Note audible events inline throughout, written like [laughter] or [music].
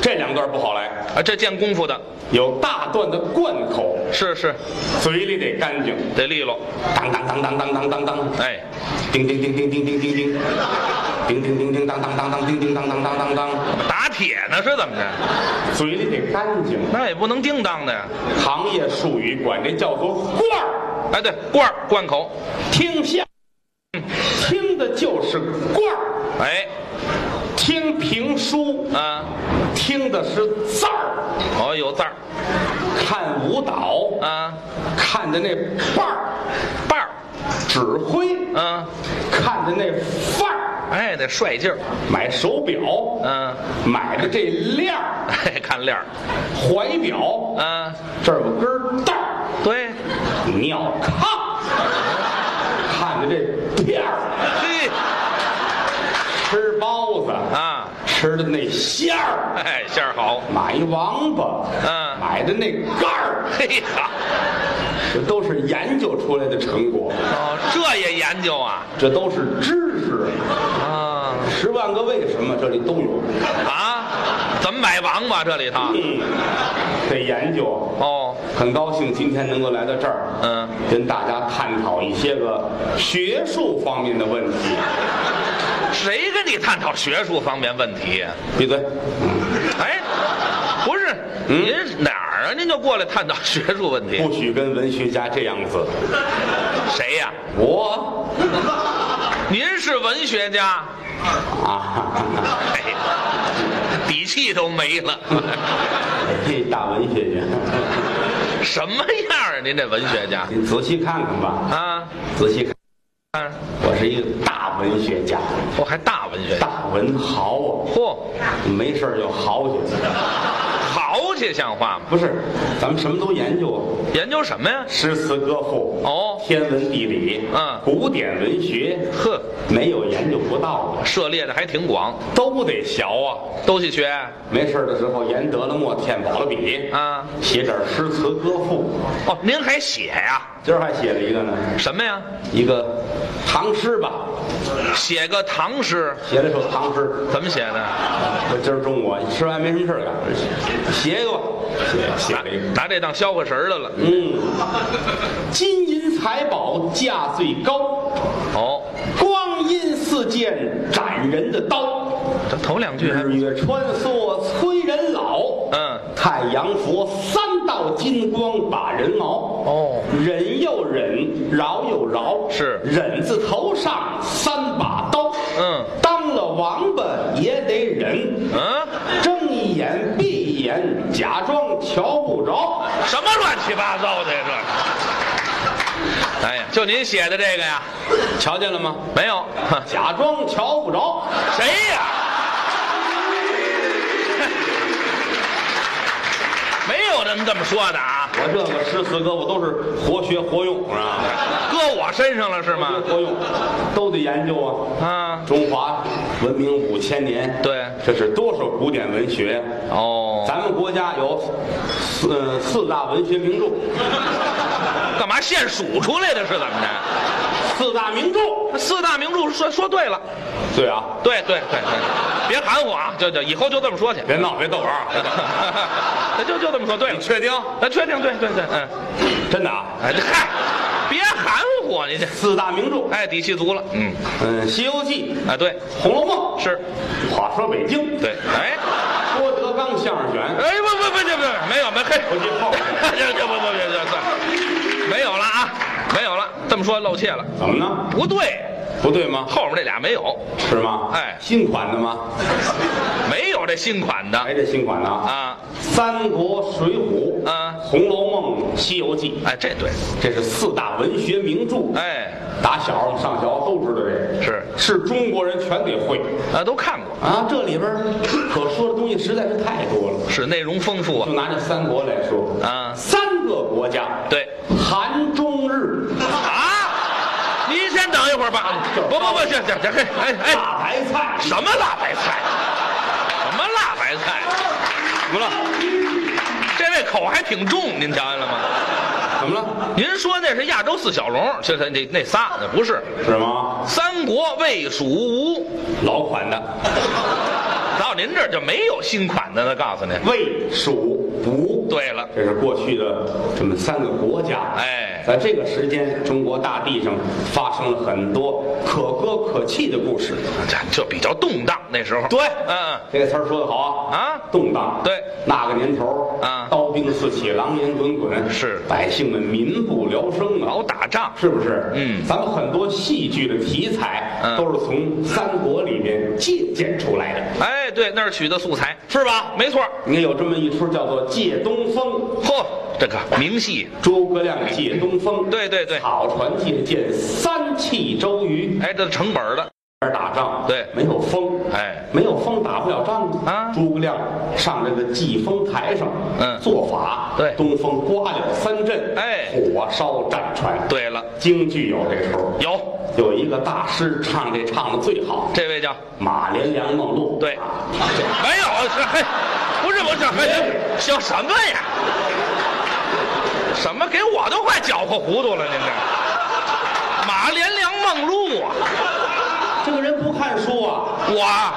这两段不好来，啊，这见功夫的，有大段的贯口，是是，嘴里得干净，得利落。当当当当当当当当，哎，叮叮叮叮叮叮叮叮，叮叮叮叮当当当当叮叮当当当当当，打铁呢是怎么着？嘴里得干净。那也不能叮当的呀。行业术语管这叫做罐儿，哎，对，罐儿罐口，听相，听的就是罐儿，哎，听评书啊，听的是字儿，哦，有字儿看舞蹈啊，看的那伴儿，把儿，指挥，啊，看的那范儿，哎，得帅劲儿，买手表，嗯，买的这链儿，哎，看链儿，怀表，啊，这儿有根带儿，对，尿炕，看的这片儿，嘿，吃包子，啊，吃的那馅儿，哎，馅儿好，买一王八，嗯买的那盖儿，嘿哈，这都是研究出来的成果，哦，这也研究啊，这都是知识。啊十万个为什么这里都有，啊，怎么买王八这里头？嗯，得研究。啊哦，很高兴今天能够来到这儿，嗯，跟大家探讨一些个学术方面的问题。谁跟你探讨学术方面问题呀？闭嘴！嗯哎，不是，您哪儿啊？您就过来探讨学术问题？不许跟文学家这样子。谁呀、我 [laughs] 您是文学家，啊， [laughs] 哎，底气都没了，嘿，大文学家，什么样啊？您这文学家你仔细看看吧，啊？仔细看，啊，我是一个大文学家，我还大文学家，大文豪嚯、啊，没事儿就豪去。豪气像话吗？不是，咱们什么都研究啊，研究什么呀？诗词歌赋，哦天文地理，嗯古典文学，呵，没有研究不到的，涉猎的还挺广，都得学啊。都去学没事儿的时候，研得了墨，添饱了笔，啊？写点诗词歌赋。哦，您还写呀、今儿还写了一个呢，什么呀？一个唐诗吧，写个唐诗，写了首唐诗。怎么写的？我今儿中午啊吃完没什么事儿干，我说写一个吧，写写了一个。拿这当消化食儿的了。嗯，金银财宝价最高，哦，光阴似箭斩人的刀。这头两句还日月穿梭催人老，嗯太阳佛三道金光把人熬。哦，忍又忍，饶又饶，是忍字头上三把刀。嗯，当了王八也得忍，嗯，睁一眼闭一眼，假装瞧不着。什么乱七八糟的呀这？哎呀，就您写的这个呀？瞧见了吗？[laughs] 没有，哼假装瞧不着，谁呀？ [laughs] 没有人这么说的啊，我这个诗词歌赋都是活学活用，是吧？搁我身上了是活吗？学活用，都得研究啊。啊，中华文明五千年，对这是多少古典文学呀？哦，咱们国家有四呃四大文学名著，干嘛现数出来的是怎么着？四大名著。四大名著说说对了，对啊，对对对对，别含糊啊，就就以后就这么说去，别闹，别逗玩儿啊！那 [laughs] 就就这么说对了你，确定？那确定对对对，嗯，真的啊，哎嗨，别含糊啊你这，四大名著，哎，底气足了，嗯，嗯，《西游记》啊对， 《红楼梦》。是，话说北京，对，哎。郭德纲相声选，哎，不不不，这不没有没嘿，我去泡这这这不不这这算没有了啊，没有了，这么说露怯了，怎么呢？不对，不对吗？后面这俩没有，是吗？哎新款的吗？没有这新款哎，的这新款的啊，啊， 《三国》《水浒》啊红楼梦》《西游记》，哎，这对，这是四大文学名著。哎，打小我们上学都知道这个，是是中国人全得会啊，都看过，啊。这里边儿可说的东西实在是太多了。是内容丰富啊 [laughs] 就，拿这三国来说，啊三个国家，对，韩、中、日，啊，您先等一会儿吧，不不不，行行行，嘿，哎哎，大白菜，什么辣白菜，什么辣白菜，怎么了？这位口还挺重，您瞧见了吗？怎么了？您说那是亚洲四小龙，这这那那仨那不是是吗？三国魏蜀吴，老款的，早到您这儿就没有新款的了，告诉您。魏、蜀、吴，对了，这是过去的这么三个国家。哎在这个时间，中国大地上发生了很多可歌可泣的故事。这这比较动荡那时候。对嗯，这个词儿说的好啊！啊动荡。对，那个年头儿啊刀兵四起，狼烟滚滚，是百姓们民不聊生啊，老打仗。是不是？嗯咱们很多戏剧的题材嗯都是从三国里面借鉴出来的，哎，对，那儿取的素材，是吧？没错。你看有这么一出叫做《借东风》，嚯，这个明戏，诸葛亮借东风，对对对草船借箭，三气周瑜。哎，这成本儿的，而打仗，对没有风，哎，没有风打不了仗啊诸葛亮上这个祭风台上，嗯做法，对东风刮了三阵，哎火烧战船，，对了，京剧有这出，有有一个大师唱这唱的最好，这位叫马连良梦露，对啊没有，这嘿，不是不是，嘿，行什么呀？什么给我都快搅和糊涂了，您这马连良梦露啊，这个人不看书啊，我啊。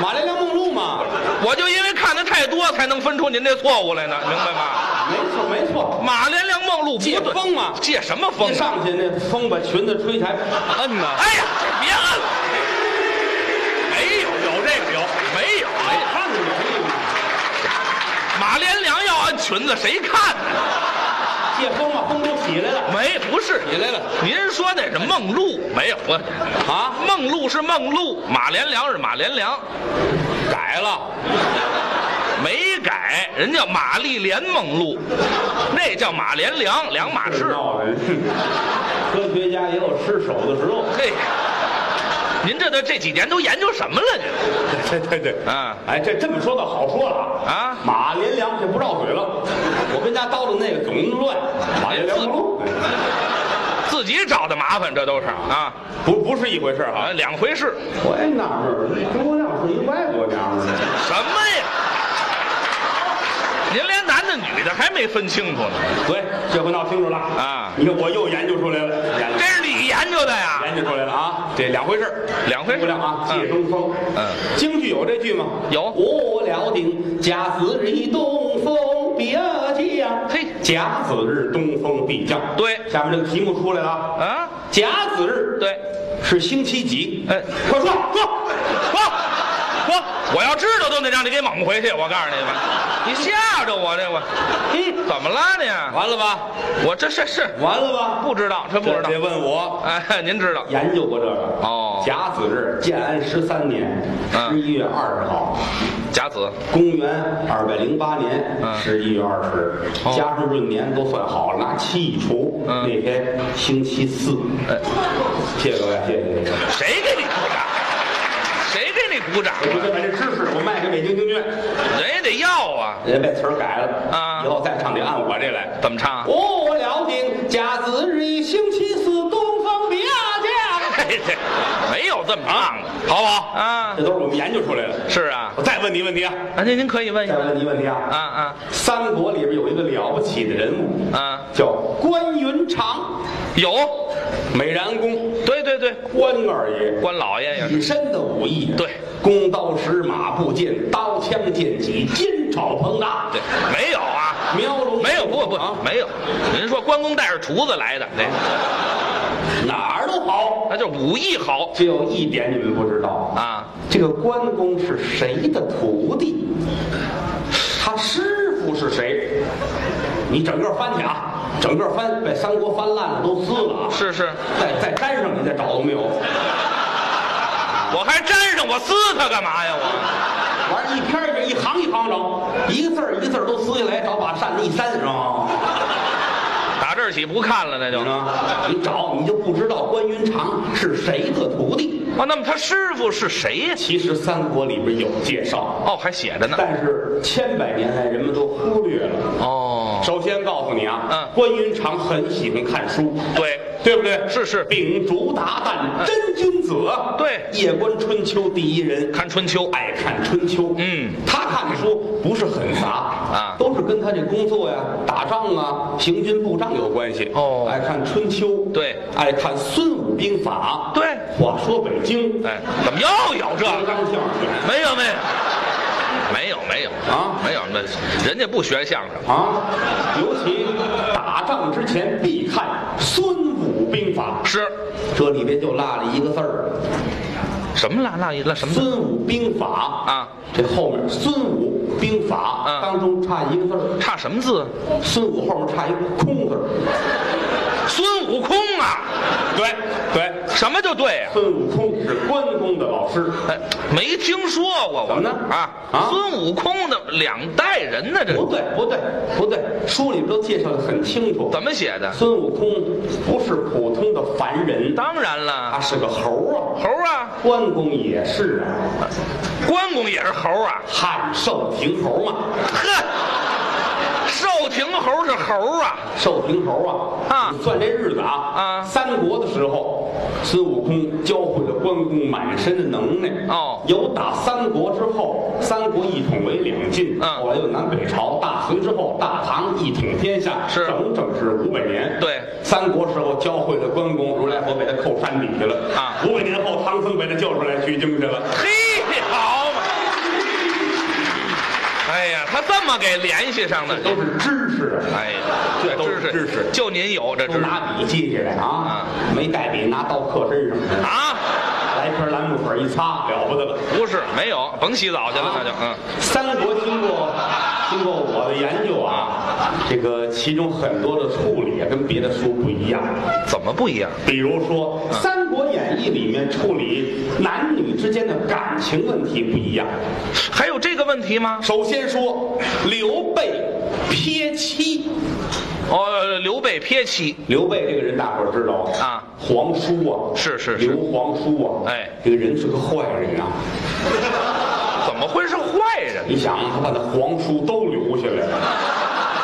马连良梦露嘛，我就因为看的太多，才能分出您这错误来呢，明白吗？没错没错，马连良梦露不借对，风嘛，借什么风一？上去那风把裙子吹起来，摁呢？哎呀，别摁了！没有，有这个有，没有没有。看着容易吗？马连良要按裙子，谁看呢？借风嘛，风都起来了没，不是你来了。您说那是梦露，没有我啊。梦露是梦露，马连良是马连良，改了，没改，人叫马丽莲梦露，那叫马连良，两码事。闹的， [laughs] 科学家也有失手的时候。嘿，您这都这几年都研究什么了？[laughs] 您对对对，啊，哎，这这么说倒好说了啊啊马连良这不绕嘴了，我跟家叨叨那个总乱，马连良不录，自己找的麻烦，这都是啊，不不是一回事儿啊。啊两回事。我也纳闷儿，诸葛亮是一外国娘们儿，什么呀？您连男的女的还没分清楚呢，对，这回闹清楚了啊你看我又研究出来了，研这究是你研究的呀？研究出来了啊，这两回事儿。两回诸葛事亮啊，借嗯东风。嗯，京剧有这句吗？有我了定，甲子日东风必将。嘿甲子日东风必将。对下面这个题目出来了啊。啊，甲子日，对，是星期几？哎快说说说。说说，我要知道都得让你给蒙回去。我告诉你 [laughs] 吧，你吓着我这我，嗯，怎么了你？完了吧？我这是是完了吧？不知道，这不知道得。问我。哎，您知道研究过这个哦甲子日，建安十三年嗯十一月二十号，甲子公元二百零八年嗯十一月二十、哦加上闰年都算好了，拿七一除，嗯那天星期四。哎谢谢各位，谢谢谢谢。谁给你鼓掌？谁给你鼓掌我就啊？得把这知识我卖给北京京剧院，人也得要啊！人家把词儿改了啊以后再唱得按我这来。怎么唱啊？ [laughs] 哦，我了定甲子日，星期四，东方比亚嘿嘿没有这么唱的，好不好？啊将。这，都是我们研究出来的。是啊。我再问你问题啊，啊，那您可以问一再下。问你问题啊。啊啊三国里边有一个了不起的人物，啊，叫关云长，有，美髯公对对对，关二爷。关老爷也是。一身的武艺，啊对，弓刀石马步剑，刀枪剑戟，金炒烹大，对，没有啊，苗龙没有，不不啊，没有。您说关公带着厨子来的，那哪儿都好，那就武艺好只有一点你们不知道，啊。这个关公是谁的徒弟？他师傅是谁？你整个翻去啊，整个翻，把三国翻烂了都撕了啊！是是，再再粘上，你再找都没有。我还粘上，我撕他干嘛呀？我完一篇一篇，一行一行找，一个字儿一个字儿都撕下来，找把扇子一扇，是吧？打这儿起不看了，那就。行吗？你找你就不知道关云长是谁的徒弟。哦，那么他师傅是谁呀？其实三国里边有介绍，哦，还写着呢。但是千百年来人们都忽略了。哦，首先告诉你啊，嗯关云长很喜欢看书，对，对不对？是是秉烛达旦，真君子。对夜观春秋第一人，看春秋，哎爱看春秋。嗯，他看的书不是很杂啊都是跟他这工作呀、打仗啊、行军布仗有关系。哦爱看春秋，对爱看孙武兵法，对话说北京，哎，怎么又有这刚个？刚相声选没有没有，没有啊没有，那人家不学相声，啊，尤其打仗之前必看《孙武兵法》，是这里边就落了一个字儿什么啦啦一啦什《么字？孙武兵法》嗯啊，这后面《孙武兵法》嗯当中差一个字儿，差什么字？啊孙武后面差一个空字儿，孙悟空啊，对对，什么就对呀、孙悟空是关公的老师，哎，没听说过我怎么呢啊啊哦孙悟空的两代人呢，这不对不对不对，书里边都介绍的很清楚，怎么写的？孙悟空不是普通的凡人，当然了，他是个猴啊，猴啊，关公也是啊，关公也是猴啊，汉寿亭猴嘛。呵，寿亭猴是猴啊，寿亭侯啊，啊你算这日子啊，啊三国的时候，孙悟空教会了关公满身的能耐。哦有打三国之后，三国一统为两晋，嗯后来又南北朝，大隋之后，大唐一统天下，是整整是五百年。对三国时候教会了关公，如来佛被他扣山底下了啊五百年后，唐僧被他救出来取经去了。嘿，好嘛。哎呀，他这么给联系上的，都是知识啊，哎呀，这都是知识知识就您有这都知识拿笔记起来啊，没带笔拿刀刻身上。啊？来瓶蓝木粉一擦，了不得了。不是，没有，甭洗澡去了，啊那就嗯，三国经过经过我的研究啊，这个其中很多的处理啊跟别的书不一样。怎么不一样？比如说，嗯《三国演义》里面处理男女之间的感情问题不一样。还有这个问题吗？首先说刘备撇妻，哦，刘备撇妻，刘备这个人大伙儿知道啊皇叔啊，是是是刘皇叔啊，哎这个人是个坏人啊。怎么会是坏人？你想，啊他把那皇叔都留下 [laughs] 来了。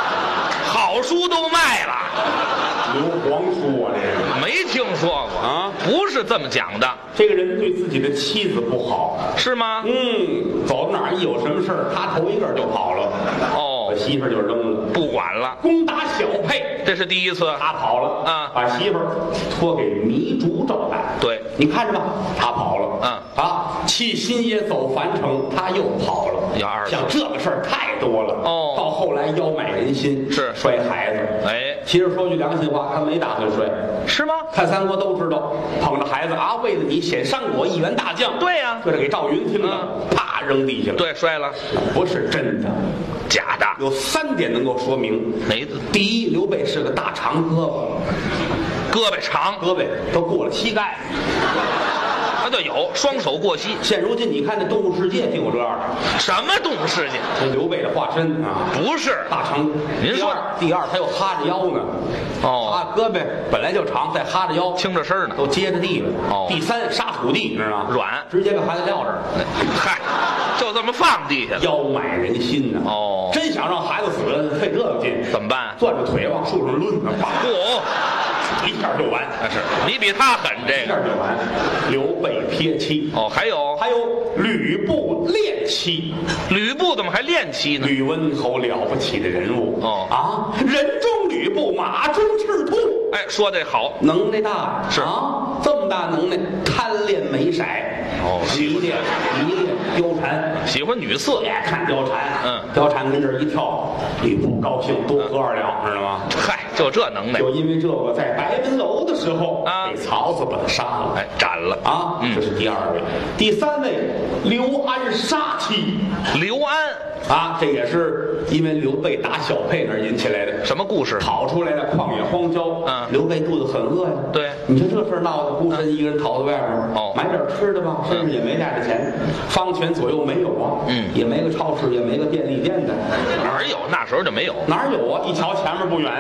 好书都卖了，刘皇叔啊，这个没听说过啊不是这么讲的，这个人对自己的妻子不好，是吗？嗯，走到哪儿一有什么事儿，他头一个就跑了，哦把，媳妇儿就扔了，不管了，攻打小沛，这是第一次。他跑了啊把媳妇儿托给糜竺照办。对你看着吧，他跑了，嗯啊，弃新野走樊城，他又跑了，要二次像这个事儿太多了，哦到后来妖买人心，是摔孩子，哎其实说句良心话，他没打算摔，是吗？看三国都知道，捧着孩子啊，为了你显上国一员大将。对呀这是给赵云听的，啪扔地下了。，对，摔了，不是真的。假的。有三点能够说明：哪个第一，刘备是个大长胳膊，胳膊长，胳膊都过了膝盖。那就有双手过膝。现如今你看那动物世界就有这样的，什么动物世界？这刘备的化身啊，不是，大长。您说第二，第二他又哈着腰呢。哦哈胳膊本来就长，再哈着腰，听着声儿呢，都接着地了。哦第三，杀土地，你知道吗？软直接把孩子撂这儿。嗨，就这么放地下了。腰买人心呐、哦真想让孩子死，费这个劲，怎么办？攥着腿往树上抡呢，不叭，，一下就完，那是你比他狠这一个。下就完。刘备撇妻，哦，还有还有吕布恋妻，吕布怎么还练妻呢？吕温侯了不起的人物哦啊，人中吕布，马中赤兔，哎，说这好，能耐大呀是啊，这么大能耐，贪恋美色，哦迷恋迷恋貂蝉。喜欢女色，也看貂蝉，嗯貂蝉跟这儿一跳，吕布高兴，多喝二两，知道吗？嗨，就这能耐，就因为这个，在白门楼的时候哎啊被曹操把他杀了。哎，斩了啊，嗯这是第二位，第三位刘安杀妻刘安啊，这也是因为刘备打小沛那儿引起来的，什么故事？跑出来的旷野荒郊。嗯刘备肚子很饿呀。对你说这事儿闹的，孤身一个人逃到外边儿哦买点吃的吧，身上也没带着钱，方圆左右没有啊，嗯也没个超市，也没个便利店的，哪儿有？那时候就没有。哪有啊？一瞧前面不远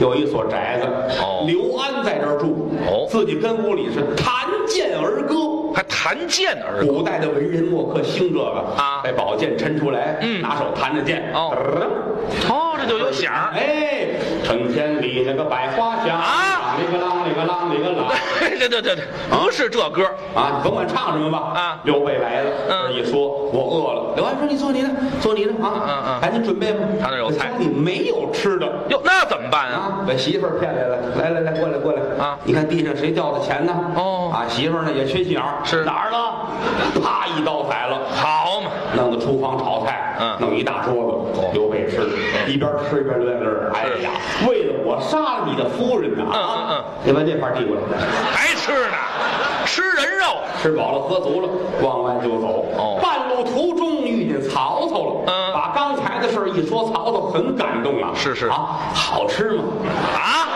有一所宅子，哦刘安在这儿住，哦自己跟屋里是弹剑而歌。还弹剑而歌古代的文人墨客兴这个啊把宝剑抻出来，嗯拿手弹着剑，哦噔哦，这就有响儿 [laughs] 哎，春天里那个百花香啊啦里个啷里个啷里个 [laughs] 啷。对对对对，不是这歌，啊，你甭管唱什么吧，啊刘备来了，嗯这一说我饿了，刘安说你做你的，做你的啊，嗯嗯赶紧准备吧，他那有菜你没有吃的哟，那怎么办啊？啊，把媳妇儿骗来了，来来来，过来过来啊你看地上谁掉的钱呢？哦啊，媳妇儿呢也缺心眼儿，是哪儿了？啪一刀宰了。好嘛，弄到厨房炒菜，嗯哦弄一大桌子，刘备吃，一边吃一边就在那儿，哎呀，为了我杀了你的夫人呐！嗯嗯啊，你把这盘递过来，还吃呢？吃人肉？吃饱了喝足了，往外就走。哦半路途中遇见曹操了，嗯把刚才的事儿一说，曹操很感动啊，是是啊，好吃吗？啊？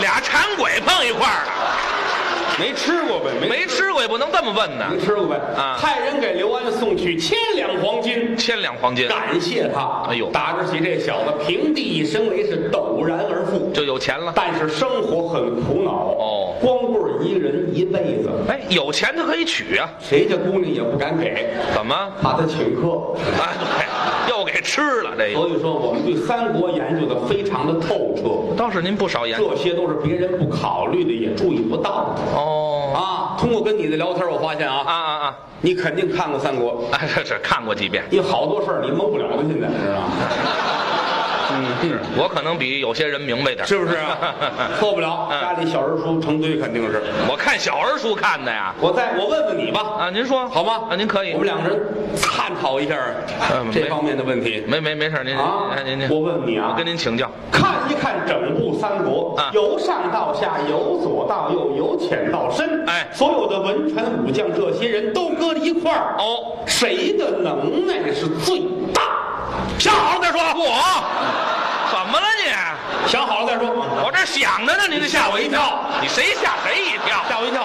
俩馋鬼碰一块儿了，没吃过呗，没吃过也不能这么问呢没。吃过呗，啊派人给刘安送去千两黄金。千两黄金，感谢他，哎呦打着起这小子平地一声雷是陡然而富，就有钱了。但是生活很苦恼哦光棍儿一人一辈子，哎，有钱他可以娶啊？谁家姑娘也不敢给，怎么？怕他请客。哎，对，又给吃了这个。所以说，我们对三国研究的非常的透彻，倒是您不少研究这些都是别人不考虑的，也注意不到的哦啊。通过跟你的聊天，我发现啊啊，啊啊！你肯定看过三国，哎，这这看过几遍。你好多事儿你蒙不了的，现在知 [laughs] 道吗？嗯，我可能比有些人明白点儿，是不是啊？ [laughs] 错不了，嗯家里小人书成堆，肯定是。我看小儿书看的呀。我再我问问你吧，啊，您说嗯好吗？啊，您可以我。们两个人探讨一下嗯这没方面的问题没没没事儿，您哎啊您您。。我嗯问你啊，跟您请教。看一看整部三国啊，由上到下，由左到右，由浅到深，哎所有的文臣武将这些人都搁在一块儿，哦，谁的能耐是最大？想好了再说。啊我怎么了你？想好了再说。我这想着呢，您就吓我一跳。你谁吓谁一跳？吓我一跳，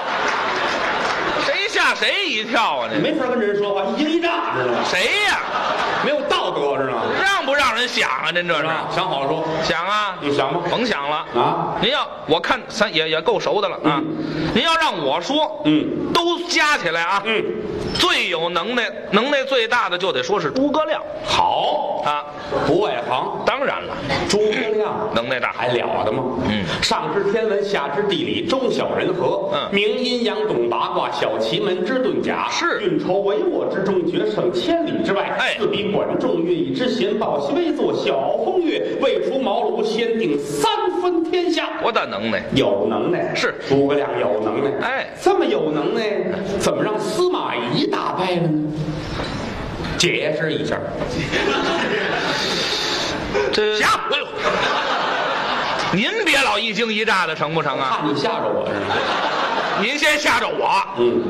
谁吓谁一跳啊？你没法跟人说话，一惊一乍，知道吗？谁呀？没有道德，知道吗？让不让人想啊？您这是吧嗯是想好了说，想啊？你想吧。甭想了。啊，您要我看三也也够熟的了啊！您要让我说，嗯，都加起来啊，嗯，最有能耐、能耐最大的就得说是诸葛亮好，啊！不外行，当然了，诸葛亮能耐大，还了得吗？嗯上知天文，下知地理，中晓人和，嗯明阴阳，懂八卦，晓奇门之遁甲，是运筹帷幄之中，决胜千里之外。哎四比管仲，乐以知弦，抱膝微坐，晓风月，未出茅庐，先定三分天下。多大能耐？有能耐是诸葛亮有能耐，哎这么有能耐，怎么让司马懿打败了呢？解释一啊下，这行，哎呦，您别老一惊一乍的，成不成啊？怕你吓着我是吗？您先吓着我，嗯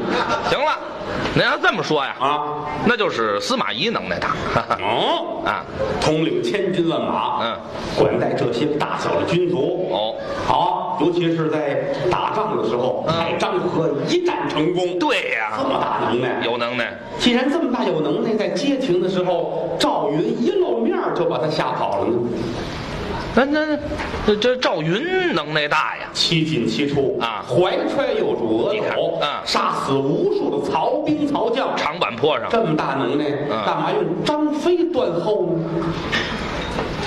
行了。您要这么说呀，啊，那就是司马懿能耐大，哈哈哦，啊，统领千军万马，嗯，管带这些大小的军卒，哦，好，尤其是在打仗的时候，嗯派张合一战成功，对这呀，么大能耐。有能耐，既然这么大有能耐，在街亭的时候，赵云一露面儿就把他吓跑了呢。那那那这赵云能耐大呀，七进七出啊怀揣右主额你看头，嗯杀死无数的曹兵曹将，长坂坡上。这么大能耐，嗯干嘛用张飞断后呢？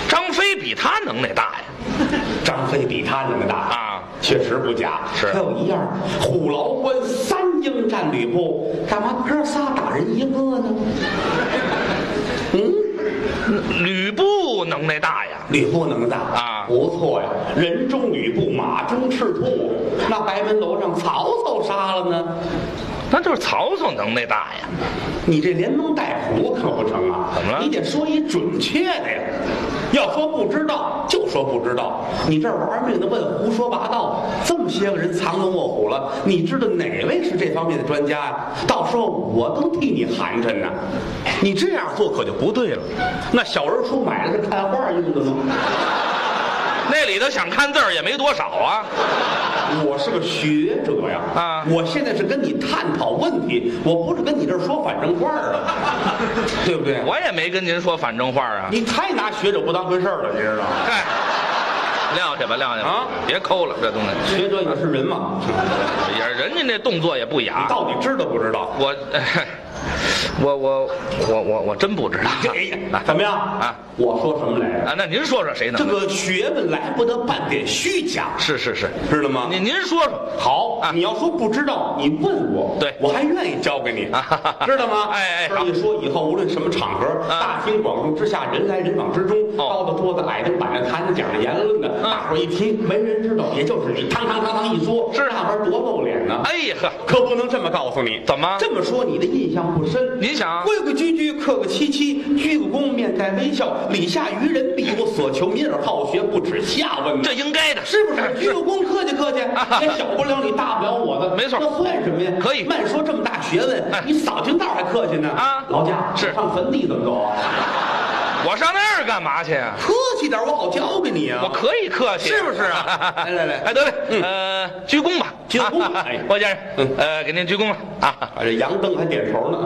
张飞比他能耐大呀！张飞比他能耐大啊，确实不假。是还有一样，虎牢关三英战吕布，干嘛哥仨打人一个呢？嗯，吕布能耐大呀！吕布能打啊不错呀，人中吕布，马中赤兔。那白门楼上曹操杀了呢，那就是曹操能耐大呀！你这连蒙带唬可不成啊！怎么了你得说一准确的呀。要说不知道就说不知道，你这玩命的问胡说八道，这么些个人藏龙卧虎了，你知道哪位是这方面的专家呀、到时候我都替你寒碜呢。你这样做可就不对了。那小人书买的是看画用的吗？那里头想看字儿也没多少啊！我是个学者呀，啊我现在是跟你探讨问题，我不是跟你这儿说反正话儿啊，对不对？我也没跟您说反正话啊！你太拿学者不当回事儿了，你知道吗？嗨，撂下吧，撂下吧！啊别抠了，这东西学者也是人嘛，啊也人家那动作也不雅，到底知道不知道？啊我、哎 [laughs] 我我我我我真不知道。这哎呀啊，怎么样啊？我说什么来着？啊，那您说说谁能？这个学问来不得半点虚假，是是是，知道吗？您您说说好啊，你要说不知道，你问我，对我还愿意教给你啊哈哈，哈知道吗？哎哎这么一说以后，无论什么场合，啊大庭广众之下，人来人往之中，哦嗯高的、桌子、矮的、板的、谈的、讲的、言论的，大伙儿一听，没人知道，也就是你，堂堂堂堂一说，是啊那玩意儿多露脸呢。哎呀呵，可不能这么告诉你，怎么啊这么说你的印象不深？您想规规矩矩，客客气气，鞠个躬，面带微笑，礼下于人，必有所求，敏而好学，不耻下问。这应该的，是不是？鞠个躬，客气 [laughs] 客气，也小不了你，大不了我的，没错那算什么呀？可以慢说这么大学问哎，你扫听道还客气呢啊老家是上坟地怎么走啊？我上那儿干嘛去啊？客气点，我好教给你啊。我可以客气，是不是 [laughs] 啊来来来嗯哎，得嘞，呃，鞠躬吧，鞠躬啊哎郭先生，呃，给您鞠躬了啊，啊，这杨登还点头呢，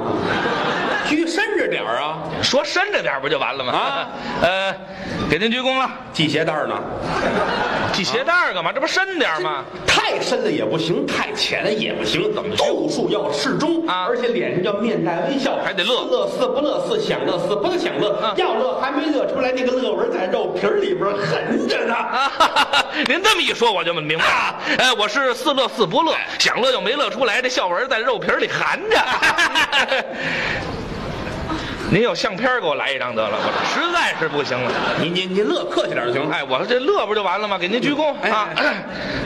[laughs] 鞠深着点儿啊，说深着点不就完了吗？啊， [laughs] 呃，给您鞠躬了，系鞋带儿呢，系鞋带儿干嘛？这不深点儿吗？太深了也不行，太浅了也不行，怎么度数要适中啊而且脸上要面带微笑，还得乐乐嗯似不乐似，想乐似不想乐，啊要乐还没乐出来，那个乐纹在肉皮儿里边儿横着呢。啊，哈哈哈 [laughs] 您这么一说，我就明白了。啊哎，我是似乐似不乐，想乐又没乐出来，这笑纹在肉皮里含 [laughs] 着。您有相片儿给我来一张得了，我实在是不行了。你你你乐客气点就行。哎，哎，我这乐不就完了吗？给您鞠躬哎啊，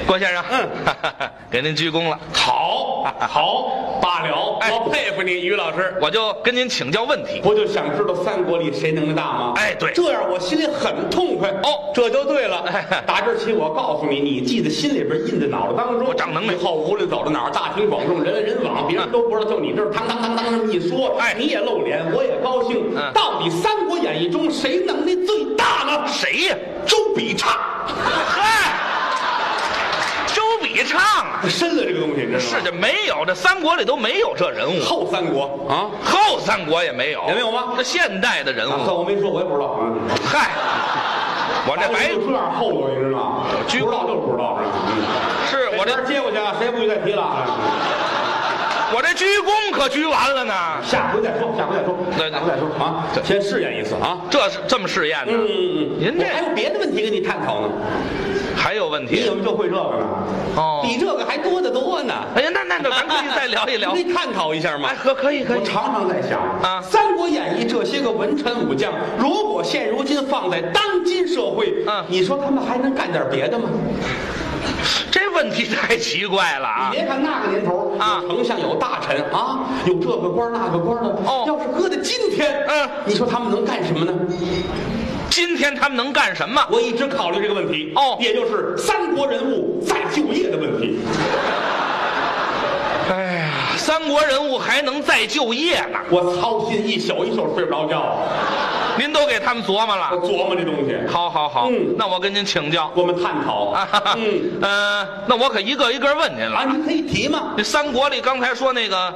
郭先生，嗯哈哈哈， [laughs] 给您鞠躬了。 [laughs] 好，好，罢了。哎我佩服你，于老师。我就跟您请教问题。不就想知道三国里谁能耐大吗？哎对这样我心里很痛快。哦这就对了哎。打这儿起，我告诉你，你记在心里边，印在脑袋当中。我长能耐以后无论走到哪儿，大庭广众，人来人往，别人都不知道，就你这儿当当当当这么一说，哎你也露脸，我也高兴嗯。到底《三国演义》中谁能力最大呢？谁呀？周笔畅，嗨，周笔畅啊，深了这个东西，你知道吗？是这没有，这三国里都没有这人物，后三国啊。后三国也没有，也没有吗这现代的人啊，物，算我没说，我也不知道。嗯嗨，我这哎白哦就出点后头，你知道吗？鞠不知道就是啊不知道。是我这这嗯边接过去啊，谁不许再提了。我这鞠躬可鞠完了呢，下回再说，下回再说，对对下回再说啊。对先试验一次啊。这是这么试验呢？嗯您我还这有别的问题跟你探讨呢。还有问你题怎？么就会这个呢？哦比这个还多得多呢。哎呀，那那那咱可以再聊一聊你，得探讨一下嘛哎，。可可以可我以，常常在想啊《三国演义》这些个文臣武将，如果现如今放在当今社会，嗯你说他们还能干点别的吗？这问题太奇怪了啊你！别看那个年头啊有丞相有大臣啊，有这个官儿那个官儿的。哦要是搁在今天，嗯你说他们能干什么呢？今天他们能干什么？我一直考虑这个问题哦也就是三国人物再就业的问题。哎呀，三国人物还能再就业呢？我操心一宿一宿睡不着觉，您都给他们琢磨我了？琢磨这东西，好好好，嗯那我跟您请教。我们探讨啊，哈哈，嗯 [laughs] 呃，那我可一个一个问您了啊，。你可以提吗？那三国里刚才说那个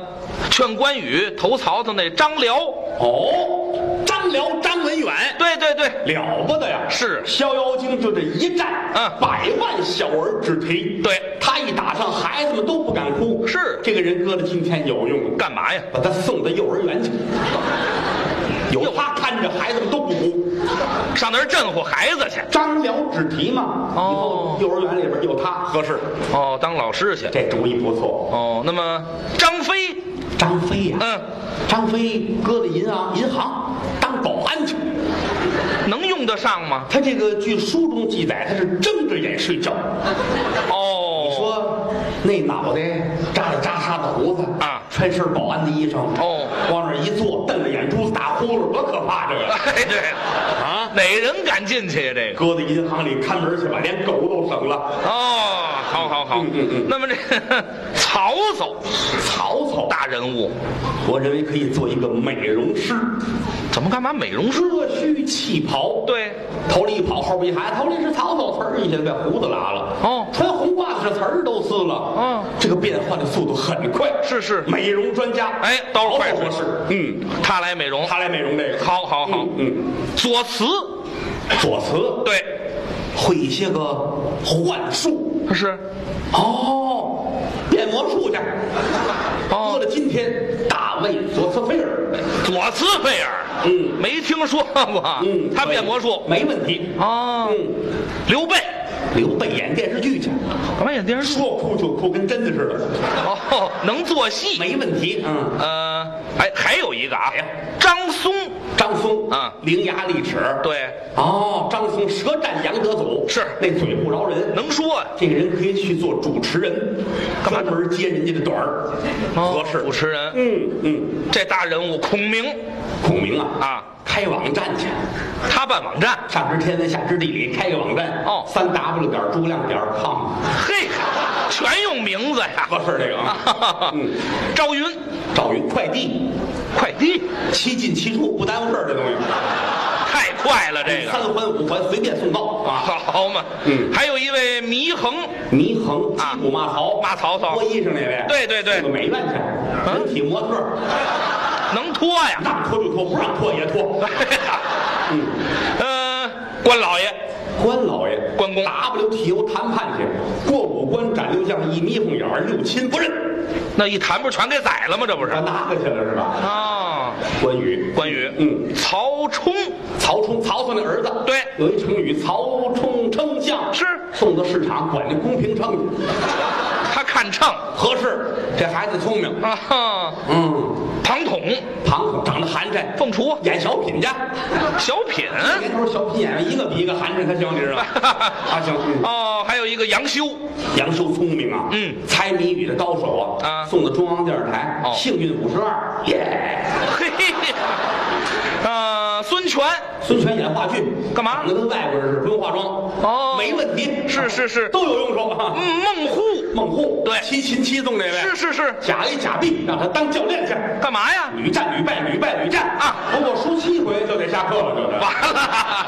劝关羽投曹操那张辽，哦，张辽、张文远，对对对，了不得呀！是逍遥津就这一战，嗯百万小儿只啼。对他一打上，孩子们都不敢哭。是这个人搁到今天有用，啊干嘛呀？把他送到幼儿园 [laughs] 去，有他看着孩子们都不哭。上那儿镇唬孩子去？张辽只啼嘛，哦以后幼儿园里边有他合适，哦，当老师去？这主意不错。哦，那么张飞，张飞呀、嗯，张飞搁到银行银行当保安去。能用得上吗？他这个据书中记载，他是睁着眼睡觉。哦，你说那脑袋扎了扎痧的胡子啊穿身保安的衣裳哦往那儿一坐，瞪着眼珠子打呼噜，多可怕这个哎对，啊！哪人敢进去呀？这个。搁到银行里看门去吧，连狗都省了。哦，好好好，嗯嗯嗯那么这 [laughs] 个曹操曹操，大人物，我认为可以做一个美容师，怎么干嘛美容师？遮须弃袍，，对，头里一跑，后边一喊，头里是曹操，词儿一下就把胡子拉了。哦穿红褂子是词儿都撕了。嗯这个变换的速度很快。是是美容专家，哎刀曹操快博士，嗯，他来美容。他来美容这个。好好嗯好，嗯，左慈，左慈对，会一些个幻术，是哦，变魔术去，哦搁了今天，大卫佐斯菲尔，左茨菲尔，嗯没听说过，嗯，他可以变魔术没问题。啊，嗯，刘备，刘备演电视剧去，干嘛演电视剧？说哭就哭，跟真的似的，哦，能做戏，没问题。嗯，呃，哎，还有一个啊谁呀，张松，张松啊伶牙俐齿，对，哦，张松舌战杨德祖，是那嘴不饶人，能说啊，这个人可以去做主持人，干嘛专门接人家的短儿，哦合适。主持人，嗯嗯，这大人物孔明孔明啊啊，开网站去，他办网站，上知天文下知地理，开个网站哦三 w 点诸葛亮点 com，嘿，全用名字呀，。合适这个啊 [laughs] 嗯，赵云，赵云快递，快递，七进七出不耽误事儿，这东西。太快了这三个，环五环随便送到啊。好嘛，嗯还有一位祢衡，祢衡啊击鼓骂曹，骂曹操脱衣裳那位，对对对嗯去美院去，人体模特儿，能拖呀， [laughs] 让脱就脱，不让脱也脱。啊嗯，呃，关老爷，关老爷，关公 WTO 谈判去，过五关斩六将，一眯缝眼儿，六亲不认，那一谈不是全给宰了吗？这不是他拿过去了是吧？啊，关羽，关羽，嗯，曹冲，曹冲，曹操那儿子，对有一成语，曹冲称象，是送到市场管那公平秤去，他看秤合适，这孩子聪明，啊，哈嗯，庞统，庞统长得寒碜，凤雏，演小品去。小品，年头小品演员一个比一个寒碜，他行， [laughs] 你知道吗？他行，嗯哦，还有一个杨修， [laughs] 杨修聪明啊，嗯猜谜语的高手啊，啊送到中央电视台，哦幸运五十二，耶！嘿嘿嘿，呃，孙权，孙权演话剧，干嘛长得跟外国人似的，不用化妆，哦没问题，是是是都有用处啊。嗯，孟户，孟获，对七擒七纵这位，是是是，假 A 假 B，让他当教练去，干嘛呀？屡战屡败，屡败屡战啊不过输七回就得下课了，就是。完了，